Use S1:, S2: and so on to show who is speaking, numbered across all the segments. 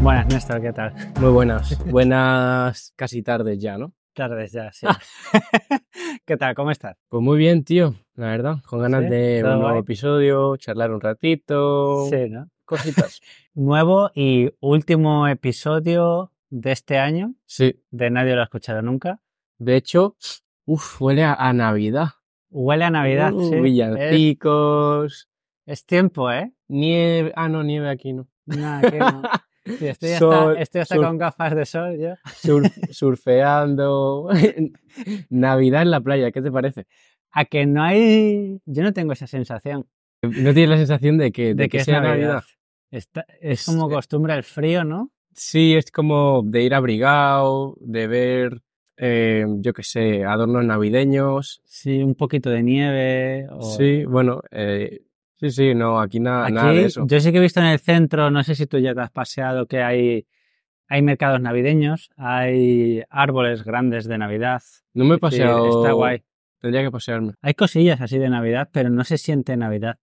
S1: Buenas, Néstor, ¿qué tal?
S2: Muy buenas. Buenas casi tardes ya, ¿no?
S1: Tardes ya, sí. ¿Qué tal? ¿Cómo estás?
S2: Pues muy bien, tío, la verdad. Con ganas
S1: ¿Sí?
S2: de
S1: Todo
S2: un nuevo
S1: guay.
S2: episodio, charlar un ratito,
S1: Sí, ¿no?
S2: cositas.
S1: Nuevo y último episodio de este año,
S2: Sí.
S1: de Nadie lo ha escuchado nunca.
S2: De hecho, uff, huele a, a Navidad.
S1: Huele a Navidad,
S2: Uh,
S1: sí. Es,
S2: Villancicos,
S1: es tiempo, ¿eh?
S2: nieve. Ah, no, nieve aquí no.
S1: No, aquí no. Sí, estoy hasta,
S2: Sol,
S1: estoy hasta
S2: sol.
S1: con gafas de sol, yo.
S2: Sur- surfeando. Navidad en la playa, ¿qué te parece?
S1: A que no hay... Yo no tengo esa sensación
S2: ¿No tienes la sensación de que,
S1: de,
S2: de
S1: que,
S2: que
S1: es
S2: sea
S1: Navidad.
S2: Navidad?
S1: Está- es
S2: Es-
S1: como costumbre el frío, ¿no?
S2: Sí, es como de ir abrigado, de ver, eh, yo qué sé, adornos navideños.
S1: Sí, un poquito de nieve. o-
S2: Sí, bueno, eh, sí, sí, no, aquí nada,
S1: Aquí,
S2: Ah, nada de eso.
S1: yo sí que he visto en el centro, no sé si tú ya te has paseado, que hay, hay mercados navideños, hay árboles grandes de Navidad.
S2: No me he
S1: Es decir, Está
S2: paseado,
S1: guay.
S2: tendría que pasearme.
S1: Hay cosillas así de Navidad, pero no se siente Navidad.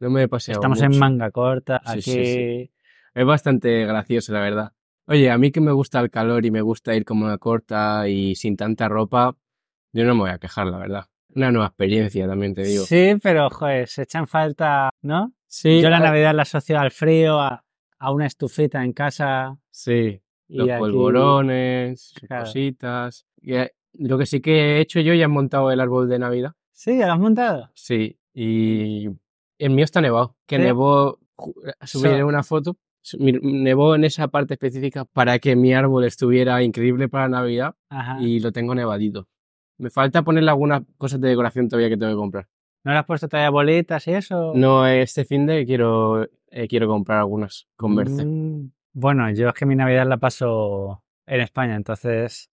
S2: No me he paseado
S1: Estamos en
S2: mucho.
S1: manga corta, aquí.
S2: Sí, sí, Es bastante gracioso, la verdad. Oye, a mí que me gusta el calor y me gusta ir como una corta y sin tanta ropa, yo no me voy a quejar, la verdad. Una nueva experiencia, también te digo.
S1: Sí, pero joder, se echan falta, ¿no?
S2: Sí,
S1: Yo la
S2: ah,
S1: Navidad la asocio al frío, a, a una estufita en casa.
S2: Sí.
S1: Y
S2: los
S1: aquí-
S2: polvorones, sus
S1: Claro.
S2: cositas. Y, eh, lo que sí que he hecho yo, ya he montado el árbol de Navidad.
S1: Sí, ¿lo has montado?
S2: Sí. Y el mío está nevado, que
S1: Sí.
S2: nevó, ju- subiré una foto, su- mi- nevó en esa parte específica para que mi árbol estuviera increíble para Navidad
S1: Ajá.
S2: y lo tengo nevadito. Me falta ponerle algunas cosas de decoración todavía que tengo que comprar.
S1: ¿No le has puesto todavía bolitas y eso?
S2: No, este fin de quiero, eh, quiero comprar algunas con Berce.
S1: Mm, Bueno, yo es que mi Navidad la paso en España, entonces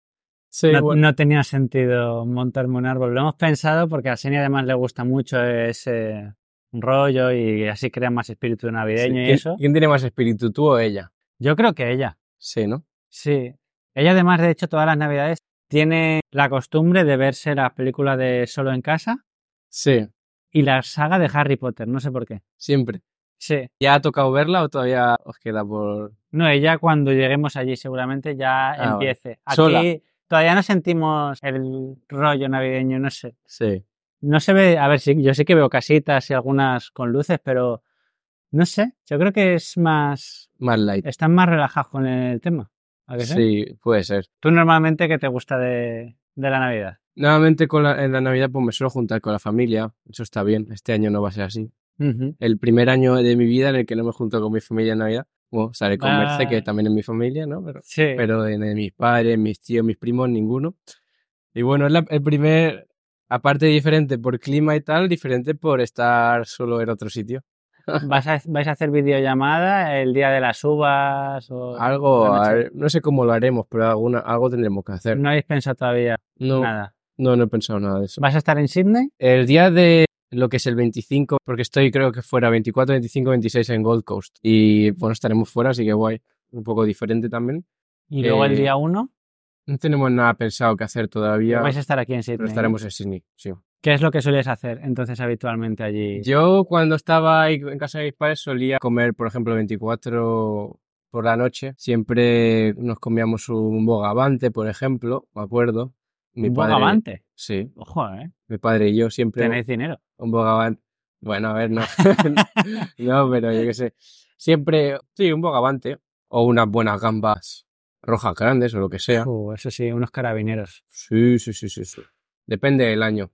S2: Sí,
S1: no,
S2: bueno,
S1: no tenía sentido montarme un árbol. Lo hemos pensado porque a Senia además le gusta mucho ese rollo y así crea más espíritu
S2: sí.
S1: navideño y
S2: ¿Quién-
S1: eso.
S2: ¿Quién tiene más espíritu, tú o ella?
S1: Yo creo que ella,
S2: Sí, ¿no?
S1: sí. Ella además, de hecho, todas las Navidades tiene la costumbre de verse las películas de Solo en casa
S2: Sí.
S1: y la saga de Harry Potter, no sé por qué.
S2: Siempre.
S1: Sí.
S2: ¿Ya ha tocado verla o todavía os queda por...?
S1: No, ella cuando lleguemos allí seguramente ya
S2: Ah, vale.
S1: empiece. Aquí
S2: Sola.
S1: todavía no sentimos el rollo navideño, no sé.
S2: Sí.
S1: No se ve, a ver, sí, yo sí que veo casitas y algunas con luces, pero no sé, yo creo que es más,
S2: Más light.
S1: están más relajados con el tema. ¿a que sí?
S2: Sí, puede ser.
S1: ¿Tú normalmente qué te gusta de, de la Navidad?
S2: Nuevamente con la- en la Navidad pues me suelo juntar con la familia. Eso está bien. Este año no va a ser así. El primer año de mi vida en el que no me junto con mi familia en Navidad. Bueno, sale con Merce,
S1: Ah.
S2: que también es mi familia, ¿no? Pero,
S1: Sí,
S2: pero de, de mis padres, mis tíos, mis primos, ninguno. Y bueno, es la- el primer... Aparte diferente por clima y tal, diferente por estar solo en otro sitio.
S1: ¿vas a, vais a hacer videollamada el día de las uvas? O...
S2: Algo,
S1: la noche-
S2: har- no sé cómo lo haremos, pero alguna, algo tendremos que hacer.
S1: No habéis pensado todavía
S2: No,
S1: nada.
S2: No, no he pensado nada de eso.
S1: ¿Vas a estar en Sydney?
S2: El día de lo que es el 25, porque estoy creo que fuera 24, 25, 26 en Gold Coast. Y bueno, estaremos fuera, así que guay. Un poco diferente también.
S1: Y luego el
S2: Eh,
S1: día 1
S2: No tenemos nada pensado que hacer todavía,
S1: vais a estar aquí en Sydney.
S2: pero
S1: ¿no?
S2: estaremos en Sydney, sí.
S1: ¿Qué es lo que solías hacer entonces habitualmente allí?
S2: Yo cuando estaba ahí en casa de mis padres solía comer, por ejemplo, 24 por la noche. Siempre nos comíamos un bogavante, por ejemplo, me acuerdo. Mi
S1: Un
S2: padre,
S1: bogavante.
S2: Sí,
S1: Ojo, ¿eh?
S2: mi padre y yo siempre...
S1: Tenéis dinero.
S2: Un bogavante. Bueno, a ver, no. no, pero yo qué sé. Siempre, sí, un bogavante. O unas buenas gambas rojas grandes o lo que sea.
S1: Uh, eso sí, unos carabineros.
S2: Sí, sí, sí, sí. sí. Depende del año.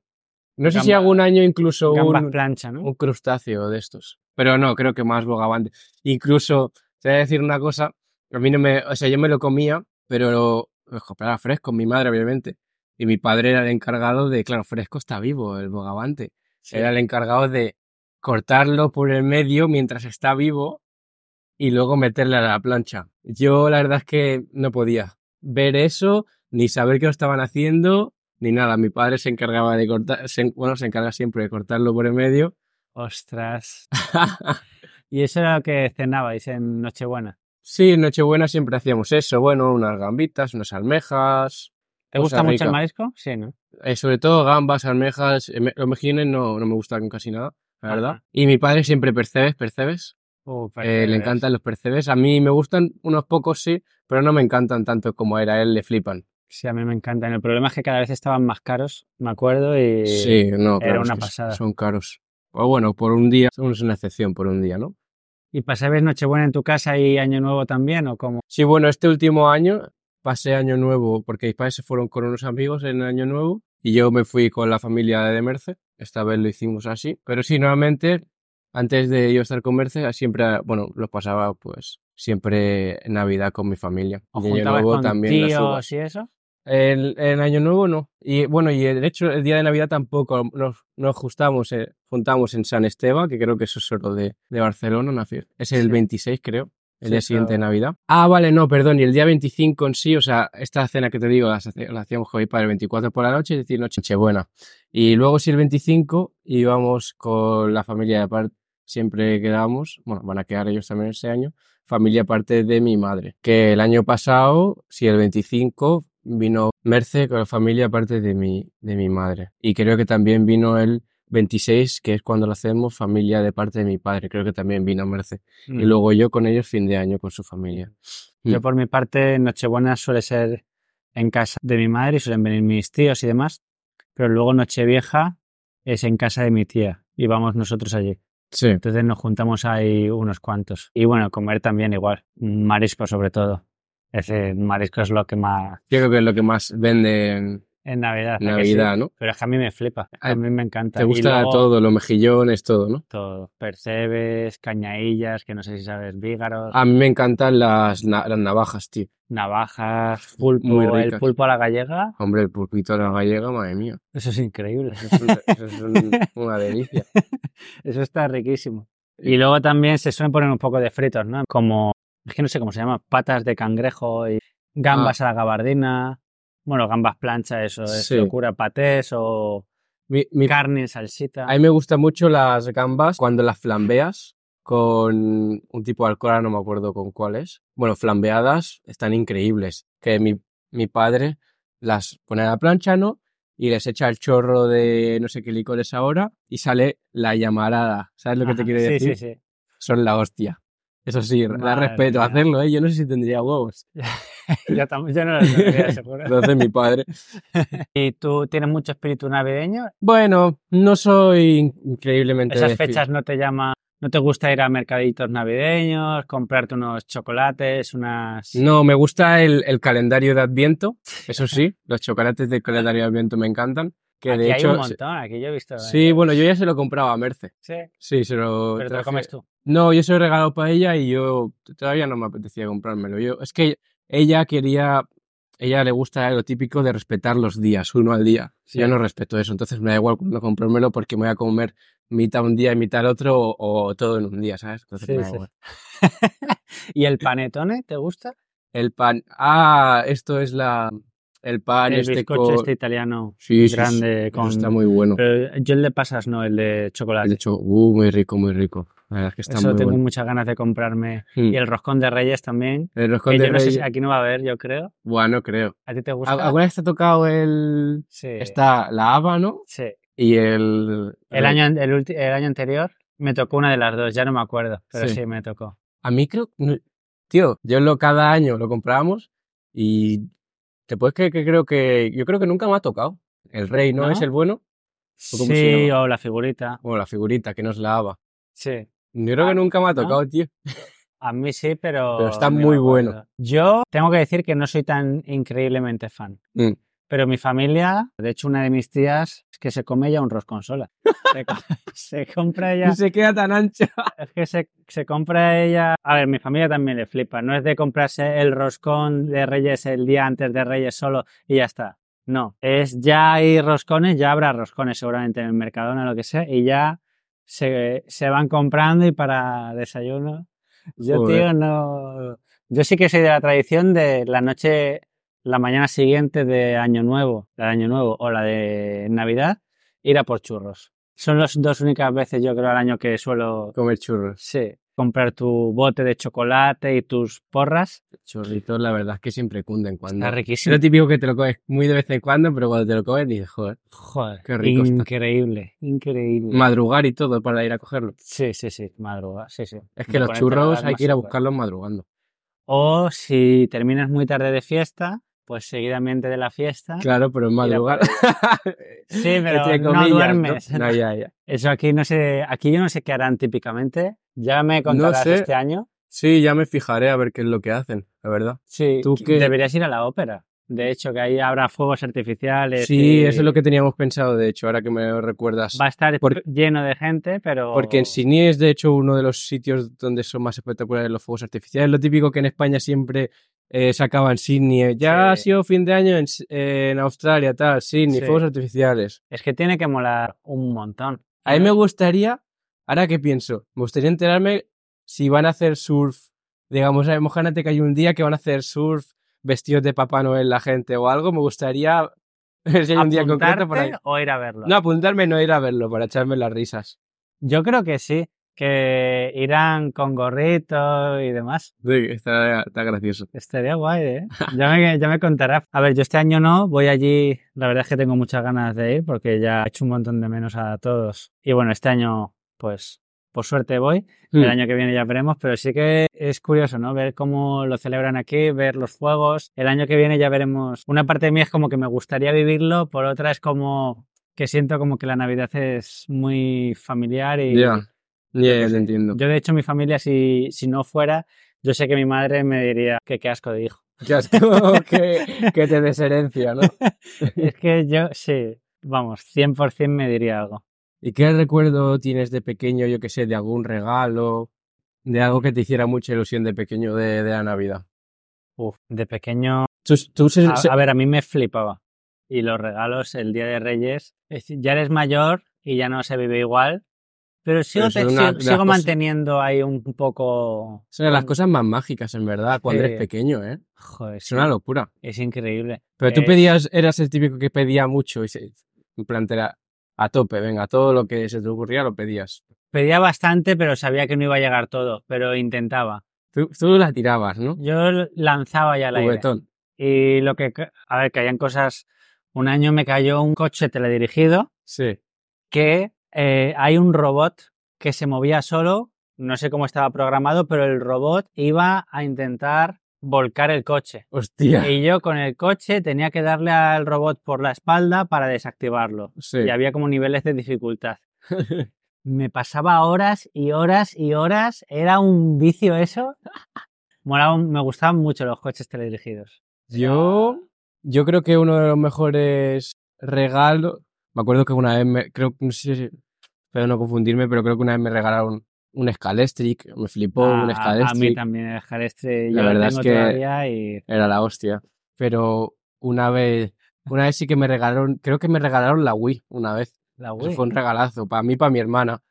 S2: No sé si
S1: Gamba-
S2: algún año incluso
S1: Gambas
S2: un,
S1: plancha, ¿no?
S2: un crustáceo de estos. Pero no, creo que más bogavante. Incluso, te voy a decir una cosa. A mí no me. O sea, yo me lo comía, pero lo, lo compraba fresco, mi madre, obviamente. Y mi padre era el encargado de. Claro, fresco está vivo, el bogavante
S1: Sí.
S2: era el encargado de cortarlo por el medio mientras está vivo y luego meterle a la plancha. Yo la verdad es que no podía ver eso, ni saber qué lo estaban haciendo, ni nada. Mi padre se encargaba de cortar, se, bueno, se encarga siempre de cortarlo por el medio.
S1: Ostras. y eso era lo que cenabais en Nochebuena.
S2: sí, en Nochebuena siempre hacíamos eso, bueno, unas gambitas, unas almejas,
S1: ¿Te gusta
S2: Cosa
S1: mucho el
S2: rica.
S1: marisco? Sí, ¿no?
S2: eh, sobre todo gambas, almejas, eh, me- los mejillines no, no me gustan casi nada, la verdad.
S1: Ajá.
S2: Y mi padre siempre percebes, percebes.
S1: Uh,
S2: Eh, le
S1: percebes.
S2: encantan los percebes. A mí me gustan unos pocos, sí, pero no me encantan tanto como a él. A él le flipan.
S1: Sí, a mí me encantan. El problema es que cada vez estaban más caros, me acuerdo, y
S2: Sí, no, claro, es
S1: una
S2: que
S1: pasada.
S2: son caros. O bueno, por un día, es una excepción por un día, ¿no?
S1: ¿Y pasabais Nochebuena en tu casa y Año Nuevo también o cómo?
S2: Sí, bueno, este último año pasé año nuevo porque mis padres se fueron con unos amigos en año nuevo y yo me fui con la familia de Merce. Esta vez lo hicimos así. Pero sí, normalmente, antes de yo estar con Merce, siempre, bueno, lo pasaba pues siempre en Navidad con mi familia.
S1: ¿Os
S2: Y año
S1: juntabais
S2: nuevo
S1: con
S2: también las uvas.
S1: tíos y eso?
S2: El, en Año Nuevo no. Y bueno, y de hecho el día de Navidad tampoco nos, nos juntamos, eh, juntamos en San Esteban, que creo que eso es solo de, de Barcelona, una fiesta. Es el
S1: Sí.
S2: 26, creo, el
S1: Sí,
S2: día siguiente de
S1: pero-
S2: Navidad. Ah, vale, no, perdón, y el día 25 en sí, o sea, esta cena que te digo, la, hace- la hacíamos hoy para el 24 por la noche, es decir, Nochebuena. Y luego sí el 25 íbamos con la familia de parte, siempre quedábamos, bueno, van a quedar ellos también este año familia parte de mi madre. Que el año pasado, si el 25, vino Merce con la familia parte de mi, de mi madre. Y creo que también vino el 26, que es cuando lo hacemos, familia de parte de mi padre. Creo que también vino Merce. Y
S1: Mm.
S2: luego yo con ellos fin de año con su familia.
S1: Yo
S2: Mm.
S1: por mi parte, Nochebuena suele ser en casa de mi madre y suelen venir mis tíos y demás, pero luego Nochevieja es en casa de mi tía y vamos nosotros allí.
S2: Sí.
S1: Entonces nos juntamos ahí unos cuantos. Y bueno, comer también igual, marisco sobre todo. Ese marisco es lo que más
S2: Yo creo que es lo que más vende en
S1: en Navidad. ¿a que sí?
S2: Navidad, ¿no?
S1: Pero es que a mí me flipa, a
S2: Ay,
S1: mí me encanta.
S2: Te
S1: Y
S2: gusta
S1: luego
S2: todo, los mejillones, todo, ¿no?
S1: todo, percebes, cañaillas, que no sé si sabes, vígaros,
S2: A mí me encantan las, na- las navajas, tío.
S1: navajas, pulpo,
S2: muy
S1: el
S2: ricas.
S1: pulpo a la gallega.
S2: Hombre, el pulpito de la gallega, madre mía.
S1: Eso es increíble.
S2: Eso es, un- eso es un- una delicia.
S1: Eso está riquísimo. Y luego también se suelen poner un poco de fritos, ¿no? Como, es que no sé cómo se llama, patas de cangrejo y gambas a la gabardina. Bueno, gambas plancha, eso es
S2: Ah. Sí.
S1: locura, patés o
S2: Mi- mi-
S1: carne en salsita.
S2: a mí me gustan mucho las gambas cuando las flambeas con un tipo de alcohol, ahora no me acuerdo con cuál es. Bueno, flambeadas están increíbles. Que mi, mi padre las pone a la plancha, ¿no? Y les echa el chorro de no sé qué licores ahora y sale la llamarada. ¿Sabes lo que te
S1: Ajá,
S2: quiero
S1: sí,
S2: decir?
S1: Sí, sí,
S2: Son la hostia. Eso sí, la
S1: Madre
S2: respeto.
S1: mía.
S2: Hacerlo, ¿eh? Yo no sé si tendría huevos.
S1: Yo, tam- yo no lo sabría, seguro.
S2: Lo hace mi padre.
S1: ¿Y tú tienes mucho espíritu navideño?
S2: Bueno, no soy in- increíblemente...
S1: ¿Esas
S2: despi-
S1: fechas no te llama, no te gusta ir a mercaditos navideños, comprarte unos chocolates, unas...
S2: No, me gusta el, el calendario de Adviento, eso sí, los chocolates del calendario de Adviento me encantan. Que
S1: aquí
S2: de
S1: hay
S2: hecho,
S1: un montón, ¿eh? aquí yo he visto.
S2: sí, bueno, yo ya se lo compraba a Merce.
S1: Sí,
S2: Sí, se lo.
S1: pero te lo
S2: traje-
S1: comes tú.
S2: No, yo se lo he regalado para ella y yo todavía no me apetecía comprármelo. Yo, es que ella quería, ella le gusta lo típico de respetar los días, uno al día.
S1: Sí.
S2: Yo no respeto eso, entonces me da igual no comprármelo porque me voy a comer mitad un día y mitad el otro o, o todo en un día, ¿sabes? Entonces
S1: Sí,
S2: me da
S1: sí.
S2: igual.
S1: ¿Y el panetone te gusta?
S2: El pan. Ah, esto es la. El pan,
S1: el
S2: este
S1: bizcocho
S2: co-
S1: este italiano
S2: Sí, sí, sí,
S1: grande
S2: eso
S1: con...
S2: Está muy bueno.
S1: Pero eh, yo el de pasas, no, el de chocolate.
S2: De hecho, uh, muy rico, muy rico. La verdad es que está
S1: Eso
S2: muy
S1: tengo
S2: bueno.
S1: muchas ganas de comprarme.
S2: Mm.
S1: Y el roscón de reyes también.
S2: El roscón
S1: Que
S2: de
S1: yo no sé si
S2: reyes-
S1: aquí no va a haber, yo creo.
S2: Buah, no creo.
S1: ¿A ti te gusta?
S2: ¿Al- ¿Alguna vez te ha tocado el.
S1: Sí.
S2: Está la haba, ¿no?
S1: sí.
S2: Y el.
S1: El, año, an- el, ulti- el año anterior me tocó una de las dos, ya no me acuerdo, pero sí,
S2: Sí.
S1: me tocó.
S2: A mí creo. no- Tío, yo lo cada año lo comprábamos y. Te puedes creer que creo que. Yo creo que nunca me ha tocado. El rey, ¿no?
S1: ¿No?
S2: ¿Es el bueno? ¿O cómo se
S1: Sí,
S2: llama?
S1: o la figurita.
S2: Bueno, la figurita, que no es la haba.
S1: Sí.
S2: Yo creo
S1: Ah,
S2: que nunca me ha
S1: ¿no?
S2: tocado, tío.
S1: A mí sí, pero.
S2: Pero está
S1: no me
S2: muy
S1: acuerdo.
S2: bueno.
S1: Yo tengo que decir que no soy tan increíblemente fan.
S2: Mm.
S1: Pero mi familia, de hecho, una de mis tías, es que se come ya un roscón sola. Se, co- se compra
S2: No
S1: ella.
S2: se queda tan ancha.
S1: Es que se, se compra ella. A ver, mi familia también le flipa. No es de comprarse el roscón de Reyes el día antes de Reyes solo y ya está. No. Es ya hay roscones, ya habrá roscones seguramente en el Mercadona o lo que sea, y ya se, se van comprando y para desayuno. Yo,
S2: Joder.
S1: tío, no. Yo sí que soy de la tradición de la noche, la mañana siguiente de Año Nuevo, la de Año Nuevo o la de Navidad, ir a por churros. Son las dos únicas veces, yo creo, al año que suelo
S2: Comer churros.
S1: Sí, comprar tu bote de chocolate y tus porras.
S2: Chorritos, la verdad es que siempre cunden cuando.
S3: Está
S2: Es
S3: riquísimo.
S2: lo típico que te lo comes muy de vez en cuando, pero cuando te lo comes dices, joder,
S3: Joder,
S2: Qué rico está.
S3: increíble, increíble.
S2: madrugar y todo para ir a cogerlo.
S3: sí, sí, sí, madrugada, sí, sí.
S2: Es que
S3: Me
S2: los
S3: ponen
S2: churros
S3: teladas
S2: hay
S3: más
S2: que ir a
S1: pues.
S3: igual.
S2: buscarlos madrugando.
S1: O si terminas muy tarde de fiesta, pues seguidamente de la fiesta.
S2: Claro, pero en madrugar.
S1: Sí, pero
S2: Entre
S1: no
S2: comillas,
S1: duermes.
S2: No, No, ya, ya.
S1: Eso aquí no sé, aquí yo no sé qué harán típicamente. Ya me contarás
S2: sé.
S1: este año.
S2: Sí, ya me fijaré a ver qué es lo que hacen, la verdad.
S1: Sí,
S2: ¿Tú
S1: que
S2: qué?
S1: deberías ir a la ópera. De hecho, que ahí habrá fuegos artificiales.
S2: Sí,
S1: y
S2: eso es lo que teníamos pensado, de hecho, ahora que me recuerdas.
S1: Va a estar
S2: Por-
S1: lleno de gente, pero.
S2: Porque en Sydney es de hecho uno de los sitios donde son más espectaculares los fuegos artificiales. Lo típico que en España siempre eh, sacaban Sydney. eh, Ya ha
S1: Sí.
S2: sido fin de año en, S- en Australia, tal,
S1: Sí.
S2: Sydney, fuegos artificiales.
S1: Es que tiene que molar un montón.
S2: A mí me gustaría, ahora que pienso, me gustaría enterarme si van a hacer surf. Digamos, eh, imagínate que hay un día que van a hacer surf vestidos de Papá Noel la gente o algo. Me gustaría, si hay un día concreto para
S1: ¿Apuntarte o ir a verlo?
S2: No, apuntarme, no ir a verlo, para echarme las risas.
S1: Yo creo que sí, que irán con gorrito y demás.
S2: Sí, está, está gracioso.
S1: Estaría guay, ¿eh? Ya me, ya me contarás. A ver, yo este año no, voy allí. La verdad es que tengo muchas ganas de ir porque ya he hecho un montón de menos a todos. Y bueno, este año, pues, por suerte voy.
S2: Hmm. Mm.
S1: El año que viene ya veremos, pero sí que es curioso, ¿no? Ver cómo lo celebran aquí, ver los fuegos. El año que viene ya veremos. Una parte de mí es como que me gustaría vivirlo, por otra es como que siento como que la Navidad es muy familiar y...
S2: Ya, ya, ya
S1: sí.
S2: te entiendo.
S1: Yo, de hecho, mi familia, si, si no fuera, yo sé que mi madre me diría que qué asco de hijo.
S2: Ya es como que, que te desherencia, ¿no?
S1: es que yo, sí, vamos, 100% me diría algo.
S2: ¿Y qué recuerdo tienes de pequeño, yo qué sé, de algún regalo, de algo que te hiciera mucha ilusión de pequeño de, de la Navidad? Ah,
S1: Uf, de pequeño,
S2: Tú, tú se-
S1: a,
S2: se-
S1: a ver, a mí me flipaba. Y los regalos, el Día de Reyes, es decir, ya eres mayor y ya no se vive igual, pero sigo,
S2: eso
S1: te-
S2: es una
S1: sigo-
S2: de las
S1: sigo
S2: cosas-
S1: manteniendo ahí un poco...
S2: son de las cosas más mágicas, en verdad, cuando
S1: Sí.
S2: eres pequeño, ¿eh?
S1: Joder,
S2: Es
S1: sí,
S2: una locura.
S1: es increíble.
S2: Pero tú
S1: Eh,
S2: pedías, eras el típico que pedía mucho y se en plan, te era a tope, venga, todo lo que se te ocurría lo pedías.
S1: Pedía bastante, pero sabía que no iba a llegar todo, pero intentaba.
S2: Tú, tú la tirabas, ¿no?
S1: Yo lanzaba ya la idea.
S2: Juguetón.
S1: Y lo que, ca- a ver, caían cosas. Un año me cayó un coche teledirigido
S2: Sí.
S1: que eh, hay un robot que se movía solo. No sé cómo estaba programado, pero el robot iba a intentar volcar el coche.
S2: Hostia.
S1: Y yo con el coche tenía que darle al robot por la espalda para desactivarlo.
S2: Sí.
S1: Y había como niveles de dificultad. Me pasaba horas y horas y horas. Era un vicio eso. Molaba, me gustaban mucho los coches teledirigidos.
S2: Yo, yo creo que uno de los mejores regalos. Me acuerdo que una vez me. Creo, no sé si. Espero no confundirme, pero creo que una vez me regalaron un Scalestric. Me flipó
S1: Ah, A-
S2: un
S1: a- A mí
S2: Scalestric.
S1: también el Scalestre yo
S2: La
S1: lo
S2: verdad es
S1: tengo
S2: que-
S1: todavía y
S2: Era la hostia. Pero una vez. Una vez sí que me regalaron. Creo que me regalaron la Wii una vez.
S1: la
S2: Eso
S1: Wii.
S2: fue un regalazo. Para mí, para mi hermana.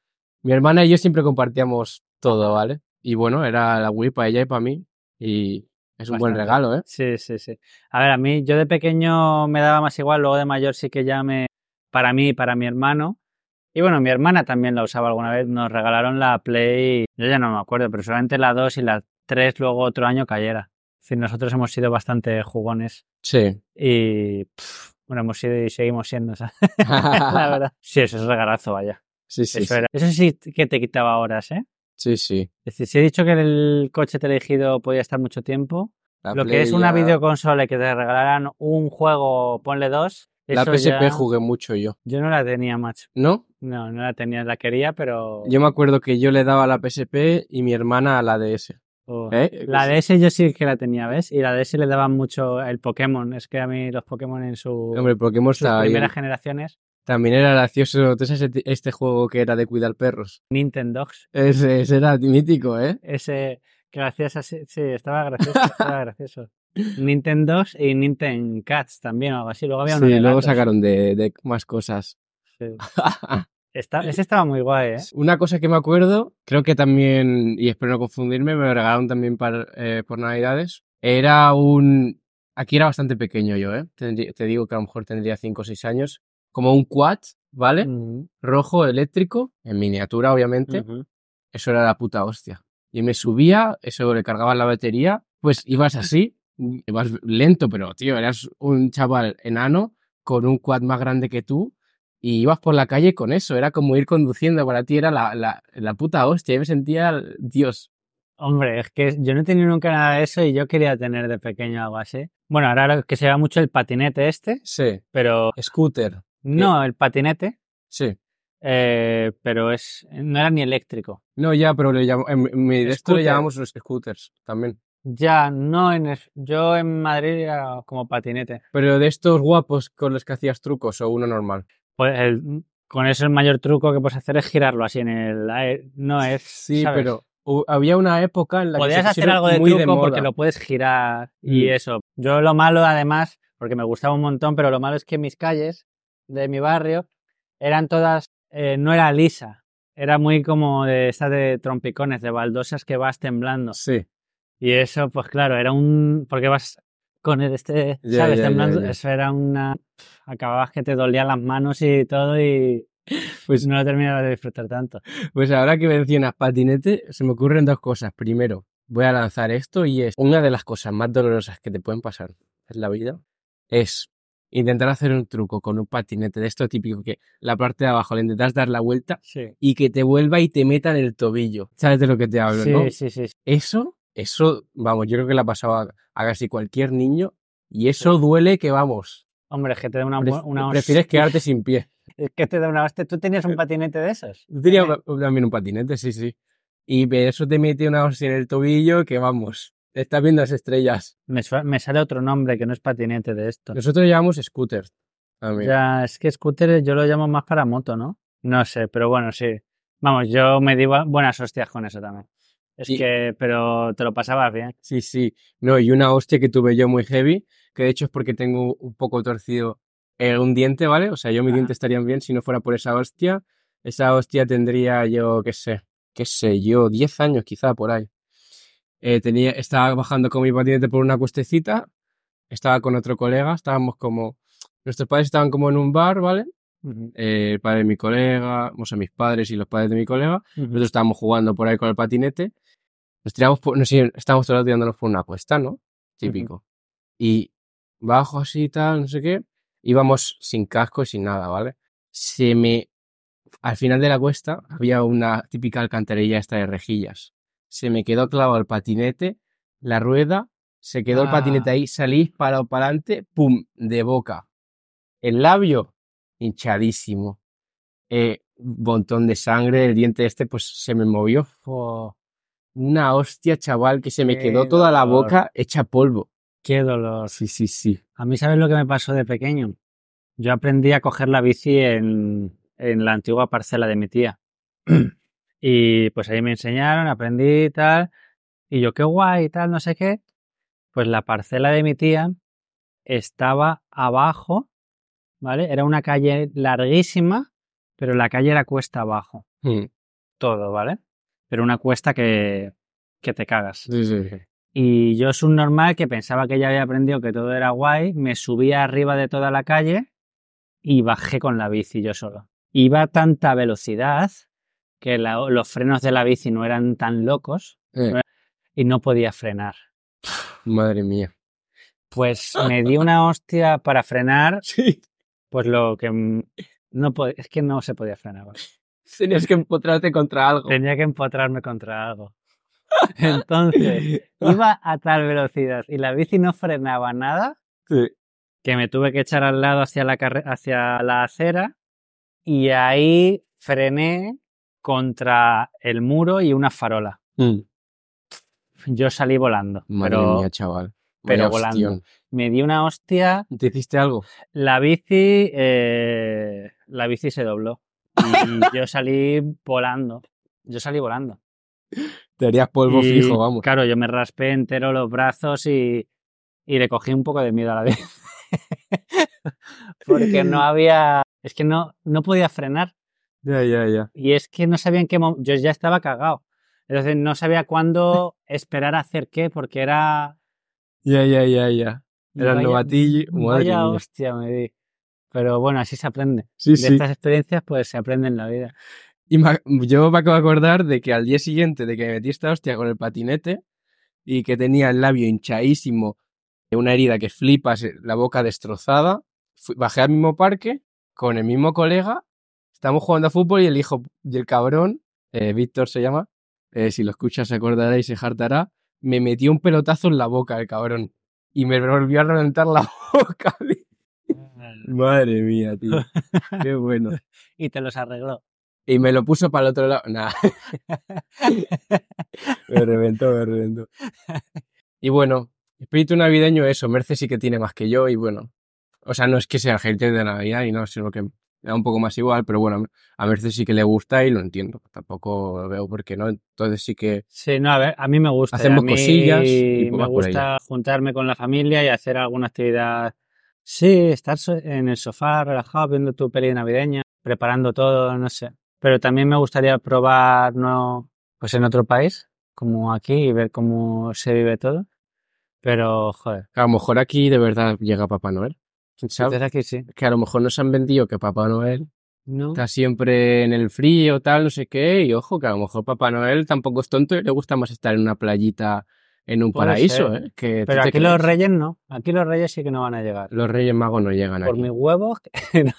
S2: Mi hermana y yo siempre compartíamos todo, ¿vale? Y bueno, era la Wii para ella y para mí. Y es un buen
S1: Bastante.
S2: regalo, ¿eh?
S1: Sí, sí, sí. A ver, a mí yo de pequeño me daba más igual, luego de mayor sí que ya me para mí y para mi hermano. Y bueno, mi hermana también la usaba alguna vez, nos regalaron la Play, yo ya no me acuerdo, pero solamente la 2 y la 3 luego otro año cayera. Es decir, nosotros hemos sido bastante jugones
S2: Sí.
S1: y pff, bueno, hemos sido y seguimos siendo, ¿sabes? la verdad. Sí, eso es regalazo, vaya.
S2: sí, sí.
S1: eso,
S2: sí.
S1: era. eso sí que te quitaba horas, ¿eh?
S2: Sí, sí.
S1: Es decir, si he dicho que el coche teledirigido podía estar mucho tiempo,
S2: La
S1: lo
S2: Play
S1: que es una
S2: ya-
S1: videoconsola y que te regalaran un juego, ponle dos,
S2: La
S1: eso
S2: PSP
S1: ya-
S2: jugué mucho yo,
S1: Yo no la tenía, macho.
S2: ¿no?
S1: No, no la tenía, la quería, pero...
S2: Yo me acuerdo que yo le daba a la PSP y mi hermana a la DS.
S1: Oh.
S2: ¿eh?
S1: La DS yo sí que la tenía, ¿ves? Y la DS le daban mucho el Pokémon. Es que a mí los Pokémon en su...
S2: Hombre, Pokémon
S1: sus
S2: estaba bien.
S1: primeras generaciones,
S2: También era gracioso. ¿Tú sabes este- este juego que era de cuidar perros?
S1: Nintendo,
S2: Ese, ese era mítico, ¿eh?
S1: ese que hacías así, sí, estaba gracioso, estaba gracioso. Nintendo y Nintendo Cats también, o algo así. Luego había uno
S2: sí,
S1: de
S2: luego
S1: gatos.
S2: sacaron de, de más cosas.
S1: Sí. Está- ese estaba muy guay, ¿eh?
S2: Una cosa que me acuerdo, creo que también, y espero no confundirme, me lo regalaron también para, eh, por Navidades. Era un. Aquí era bastante pequeño yo, ¿eh? Tendrí- te digo que a lo mejor tendría 5 o 6 años. Como un quad, ¿vale?
S1: Ujú,
S2: Rojo eléctrico, en miniatura, obviamente.
S1: Mm, ujú.
S2: Eso era la puta hostia. Yo me subía, eso le cargabas la batería, pues ibas así, ibas lento, pero tío, eras un chaval enano con un quad más grande que tú y ibas por la calle con eso, era como ir conduciendo, para ti era la, la, la puta hostia, yo me sentía Dios.
S1: Hombre, es que yo no he tenido nunca nada de eso y yo quería tener de pequeño algo así. Bueno, ahora lo que se va mucho el patinete este,
S2: Sí,
S1: pero
S2: scooter,
S1: no, el patinete,
S2: sí.
S1: eh, pero es no era ni eléctrico.
S2: No, ya, pero le llamo- en, en mi de esto le
S1: Scooter.
S2: llamamos los scooters también.
S1: Ya, no en es- yo en Madrid era como patinete.
S2: Pero de estos guapos con los que hacías trucos o uno normal.
S1: Pues el- con eso el mayor truco que puedes hacer es girarlo así en el aire. No es,
S2: Sí,
S1: ¿sabes?
S2: pero hu- había una época en la que
S1: Podrías
S2: se
S1: hacer
S2: pusieron
S1: algo de
S2: muy
S1: truco
S2: de
S1: porque
S2: moda.
S1: lo puedes girar y
S2: Mm.
S1: eso. Yo lo malo, además, porque me gustaba un montón, pero lo malo es que mis calles de mi barrio eran todas, eh, no era lisa, era muy como de esta de trompicones, de baldosas que vas temblando.
S2: Sí,
S1: Y eso, pues claro, era un, porque vas con el este,
S2: Ya,
S1: ¿sabes?
S2: ya, ya,
S1: temblando,
S2: ya.
S1: eso era una, acababas que te dolían las manos y todo y
S2: Pues-
S1: no lo terminaba de disfrutar tanto.
S2: pues ahora que mencionas patinete, se me ocurren dos cosas. Primero, voy a lanzar esto y es una de las cosas más dolorosas que te pueden pasar en la vida, es intentar hacer un truco con un patinete de esto típico que la parte de abajo le intentas dar la vuelta
S1: Sí.
S2: y que te vuelva y te meta en el tobillo. ¿Sabes de lo que te hablo,
S1: Sí,
S2: no?
S1: sí, sí, sí.
S2: Eso, eso, vamos, yo creo que la ha pasado a, a casi cualquier niño y eso duele que vamos.
S1: Hombre, es que te da una,
S2: pref-
S1: bu- una
S2: prefieres quedarte sin pie.
S1: Es que te da una hostia. ¿Tú tenías un patinete de esos?
S2: Eh, Yo tenía
S1: Eh,
S2: pa- también un patinete, sí, sí. Y pe- eso te mete una hostia en el tobillo que vamos, estás viendo las estrellas.
S1: Me, sua- me sale otro nombre que no es patinete de esto.
S2: Nosotros llamamos scooter. también.
S1: Ya, es que scooter yo lo llamo más para moto, ¿no? No sé, pero bueno, sí. Vamos, yo me di bu- buenas hostias con eso también. Es
S2: Y-
S1: que, pero te lo pasabas bien.
S2: Sí, sí. No, y una hostia que tuve yo muy heavy, que de hecho es porque tengo un poco torcido eh, un diente, ¿vale? O sea, yo mis
S1: Ajá.
S2: dientes estarían bien si no fuera por esa hostia. Esa hostia tendría yo, qué sé, qué sé yo, 10 años quizá por ahí. Eh, tenía, estaba bajando con mi patinete por una cuestecita, estaba con otro colega, estábamos como... Nuestros padres estaban como en un bar, ¿vale? Eh, el padre de mi colega, o sea, mis padres y los padres de mi colega. Nosotros estábamos jugando por ahí con el patinete. Nos tiramos por, no sé, estábamos todos tirándonos por una cuesta, ¿no? Típico. Y bajo así y tal, no sé qué. Íbamos sin casco y sin nada, ¿vale? Se me. Al final de la cuesta había una típica alcantarilla esta de rejillas. Se me quedó clavado el patinete, la rueda, se quedó el patinete
S1: Ah.
S2: ahí, salí parado para adelante, ¡pum! De boca. El labio, hinchadísimo eh, un montón de sangre, el diente este pues se me movió. Fo- Una hostia, chaval, que se me
S1: Qué
S2: quedó toda la
S1: dolor.
S2: boca hecha polvo.
S1: Qué dolor.
S2: Sí, sí, sí.
S1: A mí, ¿sabes lo que me pasó de pequeño? Yo aprendí a coger la bici en, en la antigua parcela de mi tía. Y pues ahí me enseñaron, aprendí y tal. Y yo, qué guay y tal, no sé qué. Pues la parcela de mi tía estaba abajo, ¿vale? Era una calle larguísima, pero la calle era cuesta abajo,
S2: Mm,
S1: todo, ¿vale? Pero una cuesta que, que te cagas.
S2: Sí, sí, sí.
S1: Y yo subnormal, que pensaba que ya había aprendido que todo era guay, me subí arriba de toda la calle y bajé con la bici yo solo. Iba a tanta velocidad que la- los frenos de la bici no eran tan locos
S2: Eh,
S1: y no podía frenar.
S2: madre mía.
S1: Pues me di una hostia para frenar,
S2: Sí.
S1: pues lo que... mm, No po- es que no se podía frenar. vamos.
S2: Tenías que empotrarte contra algo.
S1: Tenía que empotrarme contra algo. Entonces, iba a tal velocidad y la bici no frenaba nada.
S2: Sí.
S1: que me tuve que echar al lado hacia la, carre- hacia la acera y ahí frené contra el muro y una farola.
S2: Mm,
S1: Yo salí volando,
S2: Madre
S1: pero
S2: mía, chaval.
S1: pero
S2: Vaya
S1: volando.
S2: hostión.
S1: me di una hostia,
S2: ¿Te hiciste algo?
S1: la bici, eh, la bici se dobló y yo salí volando. Yo salí volando.
S2: Te harías polvo
S1: Y,
S2: fijo, vamos.
S1: Claro, yo me raspé entero los brazos y, y le cogí un poco de miedo a la bici. Porque no había, es que no, no podía frenar.
S2: Ya, ya, ya.
S1: Y es que no sabía en qué momento. Yo ya estaba cagado. Entonces no sabía cuándo esperar a hacer qué, porque era.
S2: Ya, ya, ya, ya. Era
S1: vaya-
S2: novatillo. Madre
S1: vaya
S2: mía.
S1: hostia, me di. Pero bueno, así se aprende.
S2: Sí,
S1: De
S2: sí.
S1: estas experiencias, pues se aprende en la vida.
S2: Y me ac- yo me acabo de acordar de que al día siguiente de que me metí esta hostia con el patinete y que tenía el labio hinchadísimo, una herida que flipas, eh, la boca destrozada, fui- bajé al mismo parque con el mismo colega, estamos jugando a fútbol y el hijo y el cabrón, eh, Víctor se llama, eh, si lo escuchas se acordará y se hartará, me metió un pelotazo en la boca el cabrón y me volvió a reventar la boca. Madre mía, tío. Qué bueno.
S1: Y te los arregló.
S2: Y me lo puso para el otro lado. Nah. me reventó, me reventó. Y bueno, espíritu navideño, eso. Merce sí que tiene más que yo. Y bueno, o sea, no es que sea el hater de Navidad y no, sino que me da un poco más igual. Pero bueno, a Merce sí que le gusta y lo entiendo. Tampoco lo veo por qué no. Entonces sí que.
S1: Sí, no, a ver, a mí me gusta.
S2: Hacemos
S1: a mí
S2: cosillas y pues
S1: me
S2: vas por
S1: gusta juntarme con la familia y hacer alguna actividad. Sí, estar so- en el sofá relajado viendo tu peli navideña, preparando todo, no sé. Pero también me gustaría probar, no, pues en otro país, como aquí, y ver cómo se vive todo. Pero, joder,
S2: A lo mejor aquí de verdad llega Papá Noel. ¿Quién sabe?
S1: quizás aquí sí.
S2: Que a lo mejor nos han vendido que Papá Noel
S1: No.
S2: Está siempre en el frío, tal, no sé qué. Y ojo, que a lo mejor Papá Noel tampoco es tonto y le gusta más estar en una playita, en un
S1: Puede
S2: paraíso,
S1: ser.
S2: ¿eh? Que tú
S1: Pero
S2: te
S1: aquí los
S2: crees.
S1: reyes no. Aquí los reyes sí que no van a llegar.
S2: Los Reyes Magos no llegan
S1: Por
S2: aquí.
S1: mis huevos. no,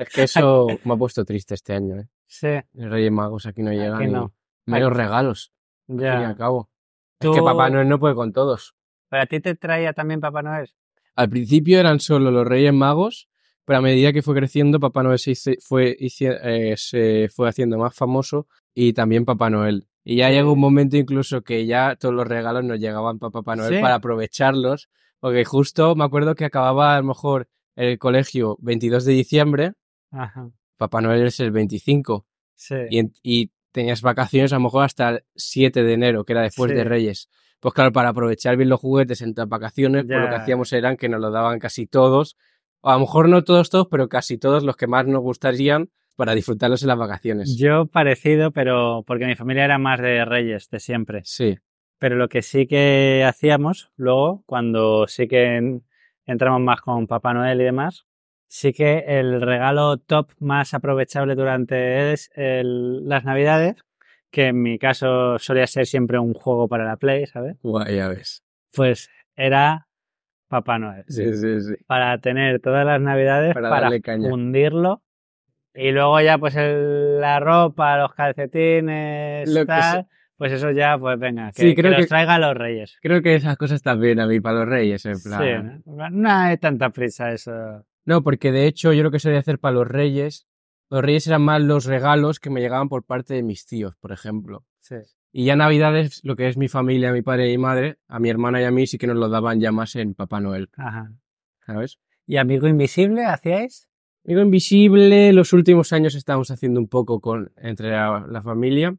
S2: Es que eso me ha puesto triste este año, ¿eh?
S1: sí,
S2: Los Reyes Magos aquí no llegan. y
S1: no.
S2: Menos regalos, al fin y
S1: ya.
S2: al cabo.
S1: Tú-
S2: Es que Papá Noel no puede con todos.
S1: ¿Pero a ti te traía también Papá Noel?
S2: Al principio eran solo los Reyes Magos, pero a medida que fue creciendo, Papá Noel se, hice- fue, hici- eh, se fue haciendo más famoso y también Papá Noel. Y ya llegó un momento incluso que ya todos los regalos nos llegaban para Papá Noel
S1: ¿Sí?
S2: para aprovecharlos, porque justo me acuerdo que acababa a lo mejor el colegio 22 de diciembre,
S1: Ajá.
S2: Papá Noel es el 25,
S1: Sí.
S2: y, en- y tenías vacaciones a lo mejor hasta el 7 de enero, que era después de
S1: Sí.
S2: Reyes. Pues claro, para aprovechar bien los juguetes en las vacaciones, pues lo que
S1: Ya.
S2: hacíamos eran que nos lo daban casi todos, o a lo mejor no todos todos, pero casi todos los que más nos gustarían para disfrutarlos en las vacaciones.
S1: Yo parecido, pero porque mi familia era más de reyes de siempre.
S2: Sí,
S1: Pero lo que sí que hacíamos luego, cuando sí que en- entramos más con Papá Noel y demás, sí que el regalo top más aprovechable durante es el- las Navidades, que en mi caso solía ser siempre un juego para la Play, ¿sabes?
S2: guay, ya ves.
S1: Pues era Papá Noel.
S2: Sí, sí, sí.
S1: para tener todas las navidades
S2: Para
S1: para,
S2: darle caña.
S1: fundirlo y luego ya pues el- la ropa los calcetines
S2: Lo que
S1: tal pues eso ya pues venga que,
S2: Sí,
S1: que
S2: creo
S1: los
S2: que-
S1: traiga los reyes
S2: Creo que esas cosas están bien a mí para los Reyes, en
S1: Sí,
S2: plan.
S1: no, no hay tanta prisa eso
S2: No, porque de hecho yo lo que solía hacer para los Reyes, los Reyes eran más los regalos que me llegaban por parte de mis tíos, por ejemplo.
S1: sí
S2: Y ya Navidades, lo que es mi familia, mi padre y madre, a mi hermana y a mí sí que nos lo daban ya más en Papá Noel,
S1: ajá
S2: ¿sabes?
S1: y amigo invisible hacíais
S2: Amigo Invisible, los últimos años estábamos haciendo un poco con, entre la, la familia,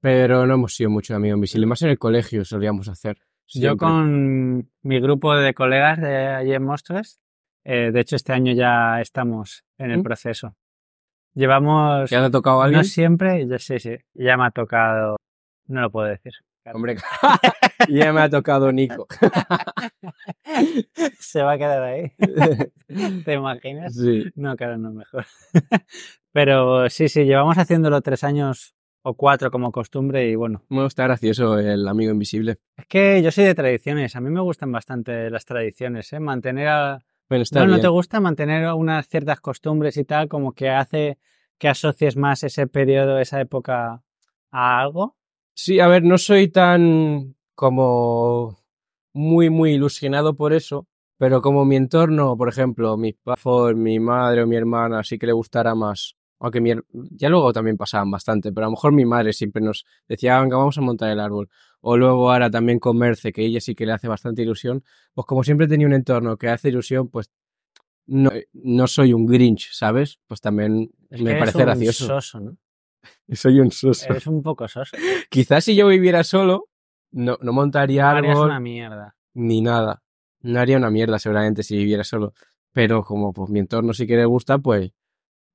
S2: pero no hemos sido mucho de Amigo Invisible, más en el colegio solíamos hacer.
S1: yo
S2: siempre.
S1: con mi grupo de colegas de allí en Monstruos eh, de hecho este año ya estamos en el
S2: ¿Mm?
S1: proceso llevamos
S2: ¿Ya te ha tocado alguien?
S1: no siempre ya sí sí ya me ha tocado no lo puedo decir
S2: Hombre, ya me ha tocado Nico.
S1: Se va a quedar ahí. ¿Te imaginas?
S2: sí.
S1: No, claro, no, mejor. Pero sí, sí, llevamos haciéndolo tres años o cuatro como costumbre y bueno.
S2: Bueno, está gracioso el Amigo Invisible.
S1: Es que yo soy de tradiciones, a mí me gustan bastante las tradiciones, ¿eh? Mantener a...
S2: Bueno, está
S1: ¿No, no
S2: bien.
S1: te gusta mantener unas ciertas costumbres y tal como que hace que asocies más ese periodo, esa época a algo?
S2: Sí, a ver, no soy tan como muy, muy ilusionado por eso, pero como mi entorno, por ejemplo, mis padres, mi madre o mi hermana, sí que le gustará más. Aunque mi her- ya luego también pasaban bastante, pero a lo mejor mi madre siempre nos decía, "Ah, venga, vamos a montar el árbol. O luego ahora también con Merce, que ella sí que le hace bastante ilusión. Pues como siempre tenía un entorno que hace ilusión, pues no, no soy un Grinch, ¿sabes? Pues también
S1: Es
S2: me
S1: que
S2: parece
S1: eres un
S2: gracioso.
S1: soso, ¿no?
S2: Soy un soso.
S1: Eres un poco soso.
S2: Quizás si yo viviera solo, no, no montaría
S1: Harías
S2: árbol
S1: una mierda.
S2: ni nada. No haría una mierda seguramente si viviera solo. Pero como pues mi entorno sí que le gusta, pues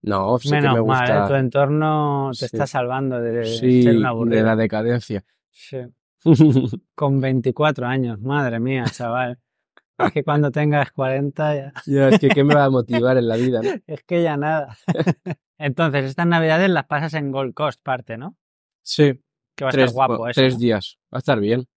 S2: no, sí que
S1: Menos
S2: me
S1: mal, ¿eh? tu
S2: gusta.
S1: entorno te
S2: Sí.
S1: está salvando de
S2: Sí,
S1: ser un
S2: de
S1: aburrido.
S2: la decadencia.
S1: Sí. Con 24 años, madre mía, chaval. es que cuando tengas 40 ya...
S2: ya, es que qué me va a motivar en la vida, ¿no?
S1: Es que ya nada. Entonces, estas navidades las pasas en Gold Coast, parte, ¿no?
S2: Sí,
S1: Que va a
S2: tres,
S1: estar guapo
S2: bu-
S1: eso.
S2: tres
S1: ¿no?
S2: días. Va a estar bien.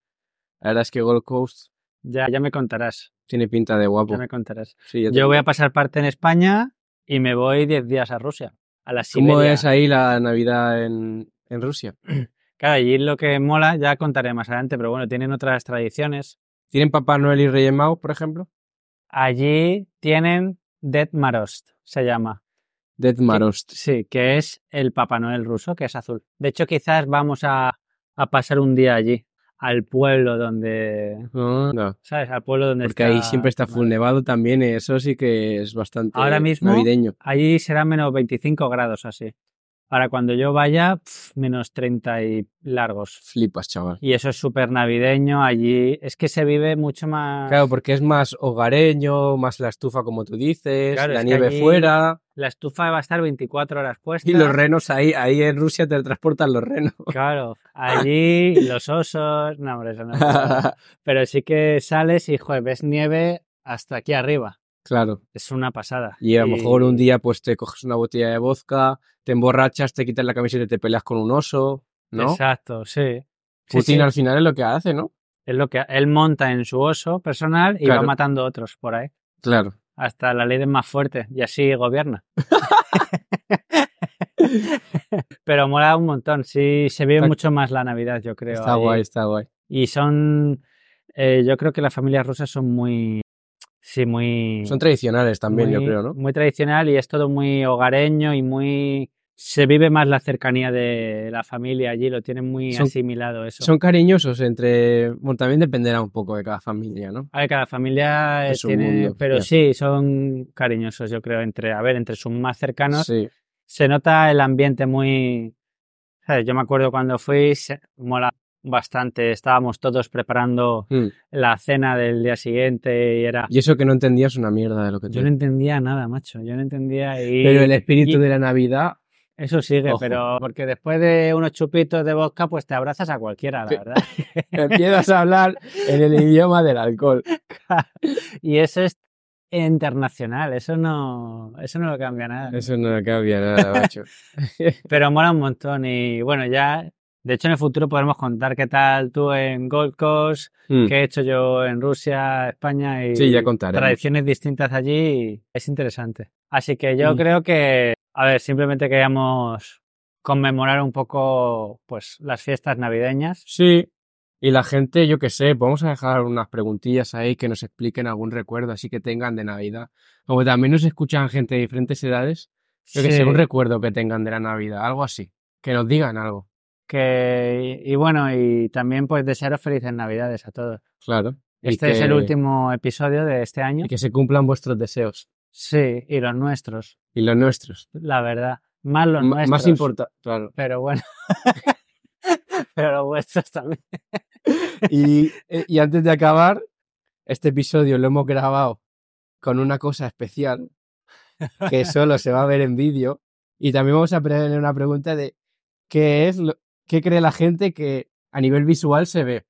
S2: La verdad es que Gold Coast
S1: Ya, ya me contarás.
S2: tiene pinta de guapo.
S1: Ya me contarás.
S2: Sí, ya te-
S1: Yo voy a pasar parte en España y me voy 10 días a Rusia, a la Siberia.
S2: ¿Cómo es ahí la Navidad en, en Rusia?
S1: Claro, allí lo que mola, ya contaré más adelante, pero bueno, tienen otras tradiciones.
S2: ¿Tienen Papá Noel y Reyes Magos, por ejemplo?
S1: Allí tienen Dead Marost, se llama.
S2: Dead Marost.
S1: Sí, que es el Papá Noel ruso, que es azul. De hecho, quizás vamos a, a pasar un día allí, al pueblo donde.
S2: Ah, no,
S1: ¿Sabes? Al pueblo donde
S2: porque
S1: está.
S2: ahí siempre está full nevado también. eh, Eso sí que es bastante
S1: Ahora mismo-
S2: navideño.
S1: Allí será menos 25 grados así. Ahora, cuando yo vaya, pf, menos 30 y largos.
S2: Flipas, chaval.
S1: Y eso es súper navideño. Allí es que se vive mucho más.
S2: Claro, porque es más hogareño, más la estufa, como tú dices,
S1: Claro,
S2: la
S1: es que
S2: nieve
S1: allí-
S2: fuera.
S1: La estufa va a estar 24 horas puesta.
S2: Y los renos ahí, ahí en Rusia te transportan los renos.
S1: Claro, allí los osos. No, hombre, eso no. Pero sí que sales y joder, ves nieve hasta aquí arriba.
S2: claro.
S1: Es una pasada.
S2: Y a lo mejor un día pues te coges una botella de vodka, te emborrachas, te quitas la camiseta y te peleas con un oso, ¿no?
S1: Exacto, sí. Sí,
S2: Putin
S1: sí.
S2: al final es lo que hace, ¿no?
S1: Es lo que él monta en su oso personal y va
S2: Claro.
S1: matando otros por ahí.
S2: Claro.
S1: Hasta la ley del más fuerte. Y así gobierna. Pero mola un montón. Sí, se vive
S2: Está-
S1: mucho más la Navidad, yo creo.
S2: Está
S1: allí.
S2: guay, está guay.
S1: Y son. eh, yo creo que las familias rusas son muy. Sí, muy.
S2: Son tradicionales también, yo
S1: muy-
S2: creo, ¿no?
S1: Muy tradicional y es todo muy hogareño y muy. Se vive más la cercanía de la familia allí, lo tienen muy
S2: Son-
S1: asimilado eso.
S2: Son cariñosos entre... Bueno, también dependerá un poco de cada familia, ¿no?
S1: A ver, cada familia eh,
S2: Es un
S1: tiene.
S2: mundo,
S1: pero
S2: ya.
S1: sí, son cariñosos, yo creo, entre. A ver, entre sus más cercanos.
S2: Sí.
S1: Se nota el ambiente muy. ¿sabes? Yo me acuerdo cuando fui, se- mola bastante. Estábamos todos preparando
S2: Mm.
S1: la cena del día siguiente y era.
S2: Y eso que no entendías una mierda de lo que te
S1: Yo no entendía nada, macho. Yo no entendía. Y
S2: Pero el espíritu
S1: y-
S2: de la Navidad...
S1: Eso sigue,
S2: Ojo.
S1: pero porque después de unos chupitos de vodka, pues te abrazas a cualquiera, la
S2: Sí.
S1: verdad.
S2: Empiezas a hablar en el idioma del alcohol.
S1: Y eso es internacional, eso no, eso no lo cambia nada.
S2: Eso no cambia nada, macho.
S1: Pero mola un montón y bueno, ya, de hecho en el futuro podremos contar qué tal tú en Gold Coast,
S2: Mm.
S1: qué he hecho yo en Rusia, España y
S2: Sí, ya contaremos.
S1: tradiciones distintas allí y es interesante. Así que yo
S2: Mm.
S1: creo que, a ver, simplemente queríamos conmemorar un poco pues las fiestas navideñas.
S2: Sí. Y la gente, yo qué sé, vamos a dejar unas preguntillas ahí que nos expliquen algún recuerdo así que tengan de Navidad. Como también nos escuchan gente de diferentes edades, yo que sé,
S1: Sí.
S2: un recuerdo que tengan de la Navidad, algo así. Que nos digan algo.
S1: Que, y, y bueno, y también pues desearos felices navidades a todos.
S2: Claro. Y
S1: Este es
S2: que-
S1: el último episodio de este año.
S2: Y que se cumplan vuestros deseos
S1: Sí, y los nuestros,
S2: y los nuestros.
S1: la verdad. Más los
S2: M-
S1: nuestros.
S2: más importante, claro.
S1: Pero bueno. pero los vuestros también.
S2: Y, Eh, y antes de acabar, este episodio lo hemos grabado con una cosa especial que solo se va a ver en vídeo. Y también vamos a ponerle una pregunta de qué es lo, qué cree la gente que a nivel visual se ve.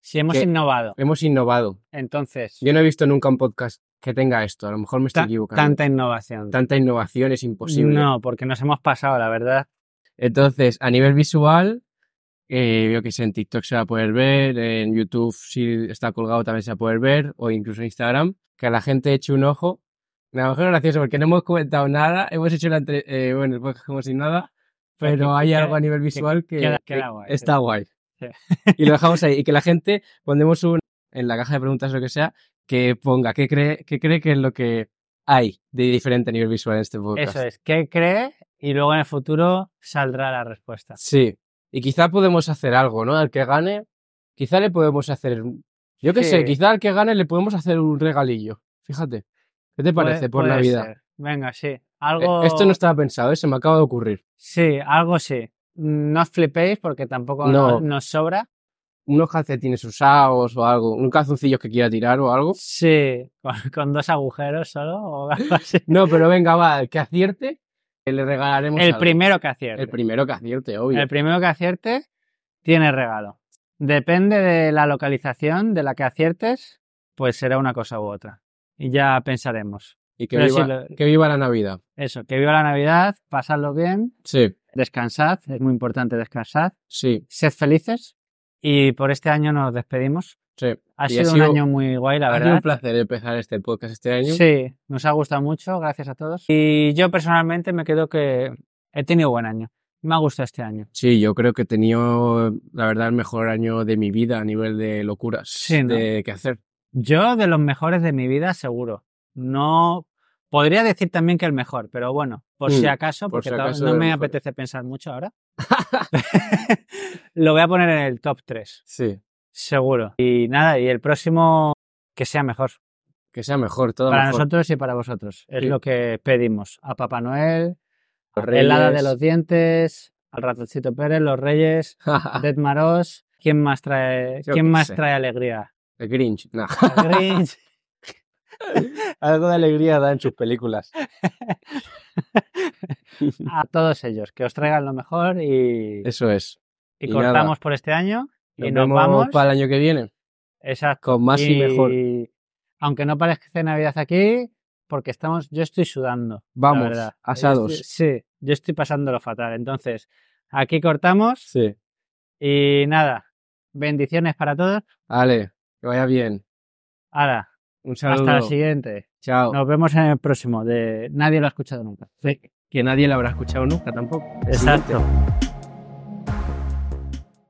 S1: Si hemos
S2: Que-
S1: innovado,
S2: Hemos innovado.
S1: entonces,
S2: Yo no he visto nunca un podcast que tenga esto. A lo mejor me estoy
S1: ta-
S2: equivocando.
S1: tanta innovación.
S2: Tanta innovación es imposible.
S1: No, porque nos hemos pasado, la verdad.
S2: Entonces, a nivel visual, eh, yo que sé, en TikTok se va a poder ver, en YouTube si está colgado también se va a poder ver, o incluso en Instagram, que la gente eche un ojo. A lo mejor es gracioso porque no hemos comentado nada, hemos hecho la entre... eh, bueno, el podcast como si nada, pero hay algo a nivel visual que,
S1: queda-
S2: que
S1: queda guay, sí.
S2: está guay.
S1: Sí.
S2: Y lo dejamos ahí. Y que la gente, pondremos un, en la caja de preguntas o lo que sea, que ponga qué cree, qué cree que es lo que hay de diferente a nivel visual en este podcast.
S1: Eso es, ¿qué cree? Y luego en el futuro saldrá la respuesta.
S2: Sí. Y quizá podemos hacer algo, ¿no? Al que gane, quizá le podemos hacer. un- Yo qué sé,
S1: Sí.
S2: quizá al que gane le podemos hacer un regalillo. Fíjate. ¿Qué te
S1: Puede-
S2: parece por
S1: puede
S2: Navidad? Eh,
S1: ser. Venga, sí. Algo...
S2: Esto no estaba pensado, ¿eh? se me acaba de ocurrir.
S1: Sí, algo sí. No os flipéis porque tampoco no-
S2: No.
S1: nos sobra.
S2: Unos calcetines usados o algo, un calzoncillo que quiera tirar o algo.
S1: Sí, con, con dos agujeros solo o algo así.
S2: No, pero venga, va, el que acierte, eh, le regalaremos.
S1: El
S2: algo.
S1: primero que acierte.
S2: El primero que acierte, obvio.
S1: El primero que acierte tiene regalo. Depende de la localización de la que aciertes, pues será una cosa u otra. Y ya pensaremos.
S2: Y que
S1: Pero sí,
S2: viva,
S1: lo-
S2: que viva la Navidad.
S1: eso, que viva la Navidad, pasadlo bien,
S2: Sí,
S1: descansad, es muy importante descansar,
S2: sí,
S1: sed felices y por este año nos despedimos.
S2: sí.
S1: Ha
S2: Y ha
S1: sido,
S2: sido-
S1: un año muy guay, la
S2: Ha sido
S1: verdad.
S2: un placer empezar este podcast este año.
S1: Sí, nos ha gustado mucho, gracias a todos. Y yo personalmente me quedo que he tenido buen año. Me ha gustado este año.
S2: Sí, yo creo que he tenido, la verdad, el mejor año de mi vida a nivel de locuras
S1: Sí, ¿no?
S2: de qué hacer.
S1: Yo de los mejores de mi vida, seguro. No podría decir también que el mejor, pero bueno, por si
S2: Mm,
S1: acaso,
S2: por
S1: porque
S2: si
S1: to-
S2: acaso
S1: no
S2: el
S1: me
S2: mejor.
S1: apetece pensar mucho ahora. Lo voy a poner en el top 3,
S2: Sí,
S1: seguro. Y nada, y el próximo que sea mejor
S2: que sea mejor, todo
S1: para
S2: mejor.
S1: nosotros y para vosotros. Es
S2: Sí.
S1: lo que pedimos a Papá Noel,
S2: Los
S1: el hada de
S2: Reyes.
S1: los dientes, al ratoncito Pérez, los Reyes, Dead Maros. ¿Quién más trae,
S2: Ah. Yo
S1: ¿quién
S2: qué
S1: más
S2: sé.
S1: trae alegría?
S2: El Grinch, nah.
S1: El Grinch.
S2: Algo de alegría da en sus películas.
S1: a todos ellos, que os traigan lo mejor y,
S2: Eso es.
S1: y
S2: y nada.
S1: cortamos por este año y nos
S2: vemos
S1: vamos.
S2: para el año que viene,
S1: Exacto.
S2: con más y mejor.
S1: Aunque no parezca Navidad aquí, porque estamos, yo estoy sudando. la
S2: Vamos,
S1: verdad. este Yo
S2: asados.
S1: estoy- sí, yo estoy pasándolo fatal. Entonces, aquí cortamos
S2: Sí.
S1: y nada. Bendiciones para todos.
S2: Ale, que vaya bien.
S1: Ahora,
S2: Un saludo.
S1: hasta la siguiente.
S2: Chao.
S1: Nos vemos en el próximo de Nadie lo ha escuchado nunca.
S2: Que nadie la habrá escuchado nunca tampoco.
S1: Exacto.